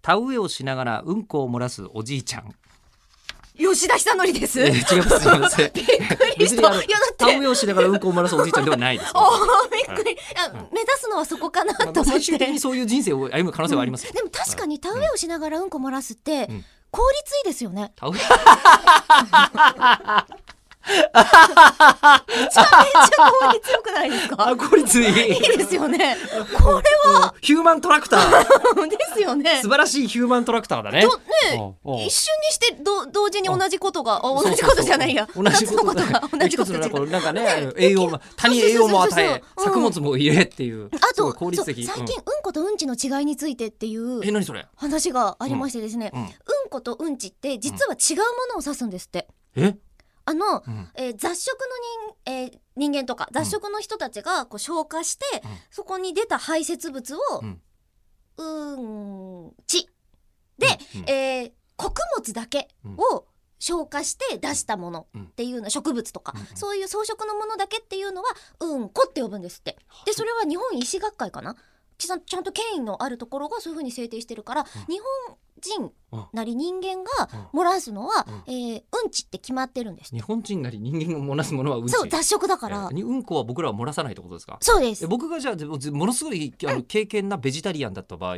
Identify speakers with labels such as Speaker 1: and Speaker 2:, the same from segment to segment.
Speaker 1: 田植えをしながらうんこを漏らすおじいちゃん。
Speaker 2: 吉田久典です。
Speaker 1: えー違います、すいません。
Speaker 2: びっくりし
Speaker 1: 別
Speaker 2: た。いやだっ
Speaker 1: にあの
Speaker 2: て。
Speaker 1: 田植えをしながらうんこを漏らすおじいちゃんではないです。
Speaker 2: おーびっくり、あ目指すのはそこかなと
Speaker 1: まあ
Speaker 2: 思
Speaker 1: ま
Speaker 2: って、
Speaker 1: あ最終的にそういう人生を歩む可能性はありますよ。
Speaker 2: でも確かに田植えをしながらうんこ漏らすって、
Speaker 1: うん
Speaker 2: 効率いいですよ ね
Speaker 1: 田植え
Speaker 2: めっちゃ効率よくないですか
Speaker 1: あ、こいつ いい。
Speaker 2: いいですよねこれは
Speaker 1: ヒューマントラクター。
Speaker 2: ですよね
Speaker 1: 素晴らしいヒューマントラクターだね。
Speaker 2: どね
Speaker 1: おうおう
Speaker 2: 一瞬にしてど同時に同じことがあ同じことじゃないや
Speaker 1: そうそうそう
Speaker 2: 二つのことが同じこ
Speaker 1: 一つの
Speaker 2: とじゃない
Speaker 1: こうなんかね、あの栄養も、他に栄養も与
Speaker 2: そうそう
Speaker 1: え
Speaker 2: そう、そう
Speaker 1: 作物も入れっていう。
Speaker 2: あ
Speaker 1: すご
Speaker 2: と
Speaker 1: い効率的。
Speaker 2: そう最
Speaker 1: うん
Speaker 2: 近うんことうんちの違いについてっていう
Speaker 1: え、何それ。
Speaker 2: 話がありましてですね、う
Speaker 1: うんん
Speaker 2: ことうんちって実は違うものを指すんですって、
Speaker 1: え、
Speaker 2: あの
Speaker 1: うん
Speaker 2: えー雑食の人,、えー人間とか雑食の人たちがこう消化して、
Speaker 1: うん
Speaker 2: そこに出た排泄物を、
Speaker 1: うん
Speaker 2: うーんち、で
Speaker 1: うん
Speaker 2: えー穀物だけを消化して出したものっていうの、植物とか、
Speaker 1: うん
Speaker 2: そういう草食のものだけっていうのはうんこって呼ぶんですってでそれは日本医師学会かなちゃんちゃんと権威のあるところがそういうふうに制定してるから、日本人なり人間が漏らすのは、
Speaker 1: うん
Speaker 2: えーうんちって決まってるんですって
Speaker 1: 日本人なり人間が漏らすものはうんち。
Speaker 2: そう雑食だから
Speaker 1: えーうんこは僕らは漏らさないってことですか。
Speaker 2: そうです
Speaker 1: え僕がじゃあでもものすごいあの経験なベジタリアンだった場合、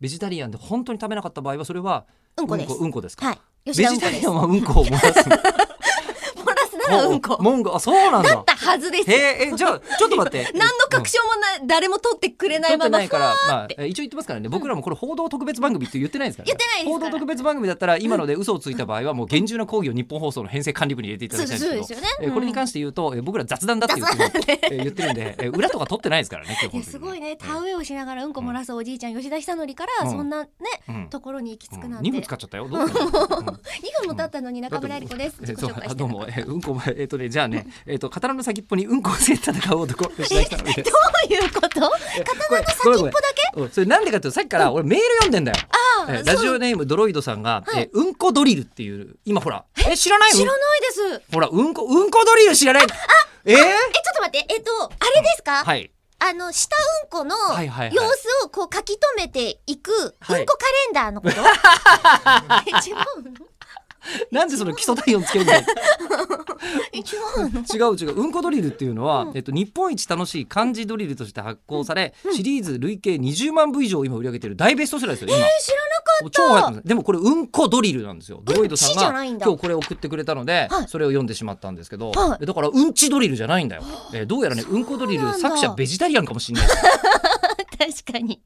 Speaker 1: ベジタリアンで本当に食べなかった場合はそれは
Speaker 2: うんこです、
Speaker 1: うんこですか。
Speaker 2: はい
Speaker 1: ベ
Speaker 2: 吉田う
Speaker 1: ジ
Speaker 2: んこ
Speaker 1: タリ
Speaker 2: です
Speaker 1: アン
Speaker 2: 漏
Speaker 1: はうんこを漏ら す。
Speaker 2: らすならうんこ
Speaker 1: もんがあそうなんだ。
Speaker 2: だったはずです
Speaker 1: へええじゃあちょっと待って。
Speaker 2: 何の確証もない、誰も取ってくれ
Speaker 1: うん
Speaker 2: ない
Speaker 1: 取っ
Speaker 2: ま
Speaker 1: て
Speaker 2: ま
Speaker 1: ないから、まあ、え一応言ってますからね、僕らもこれ報道特別番組って言ってないですから、ね。
Speaker 2: 言ってないです
Speaker 1: 報
Speaker 2: から
Speaker 1: 道特別番組だったら、今ので嘘をついた場合は、もう厳重な抗議を日本放送の編成管理部に入れていただきたいんですけど。
Speaker 2: そうですそうですよ
Speaker 1: え
Speaker 2: ね
Speaker 1: これに関して言うと、え僕ら雑談だって言ってる、え言ってるんで、え裏とか取ってないですからね、基
Speaker 2: い
Speaker 1: 本
Speaker 2: や
Speaker 1: 的に
Speaker 2: すごいね
Speaker 1: え
Speaker 2: 田植えをしながらうんこ漏らすおじいちゃん、吉田久典から
Speaker 1: うん
Speaker 2: そんなね、
Speaker 1: うん
Speaker 2: ところに行き着くなん
Speaker 1: う
Speaker 2: て、
Speaker 1: ん、2分使
Speaker 2: 2
Speaker 1: っちゃったよ。どうぞうん
Speaker 2: 分も経ったのに中村えり子です
Speaker 1: え
Speaker 2: 自 己
Speaker 1: そう
Speaker 2: 紹介し
Speaker 1: あ
Speaker 2: て
Speaker 1: どうも、えうんこ、えっ、とね、じゃあね、えっ、と、刀の先っぽにうんこをせ戦う男、吉田
Speaker 2: え
Speaker 1: ひた
Speaker 2: ど
Speaker 1: のりです。
Speaker 2: ういうこと
Speaker 1: 刀の先
Speaker 2: 一歩だけ
Speaker 1: けそれなんでかっていうとさっきから俺メール読んでんだよ、
Speaker 2: あ
Speaker 1: え
Speaker 2: ー
Speaker 1: ラジ
Speaker 2: そう
Speaker 1: オネームドロイドさんが、
Speaker 2: はい
Speaker 1: えうんこドリルっていう今ほらえ知らない
Speaker 2: 知ら
Speaker 1: うん
Speaker 2: ないですえちょっ
Speaker 1: ほらうんこうんこドリル知らないえー
Speaker 2: と待ってえっとあれですか、
Speaker 1: はい
Speaker 2: あの下うんこの
Speaker 1: いはいはい
Speaker 2: 様子をこう書き留めていくうんこカ
Speaker 1: はい
Speaker 2: レンダー のこと、 え違うの
Speaker 1: なんでその基礎体温つけるんだよ
Speaker 2: え違う
Speaker 1: 違
Speaker 2: の
Speaker 1: う違ううんこドリルっていうのは、えっと、日本一楽しい漢字ドリルとして発行され、シリーズ累計20万部以上今売り上げてる大ベストセラーですよ今、
Speaker 2: 知らなかっ
Speaker 1: もう超流行ってますでもこれうんこドリルなんですよドロイドさん
Speaker 2: うんちじゃ
Speaker 1: が
Speaker 2: ないんだ
Speaker 1: 今日これ送ってくれたので、
Speaker 2: はい
Speaker 1: それを読んでしまったんですけど、
Speaker 2: はい
Speaker 1: えだからうんちドリルじゃないんだよ、えーどうやらねうんこドリ
Speaker 2: そう
Speaker 1: ル
Speaker 2: なんだ
Speaker 1: 作者ベジタリアンかもしれない
Speaker 2: た確かに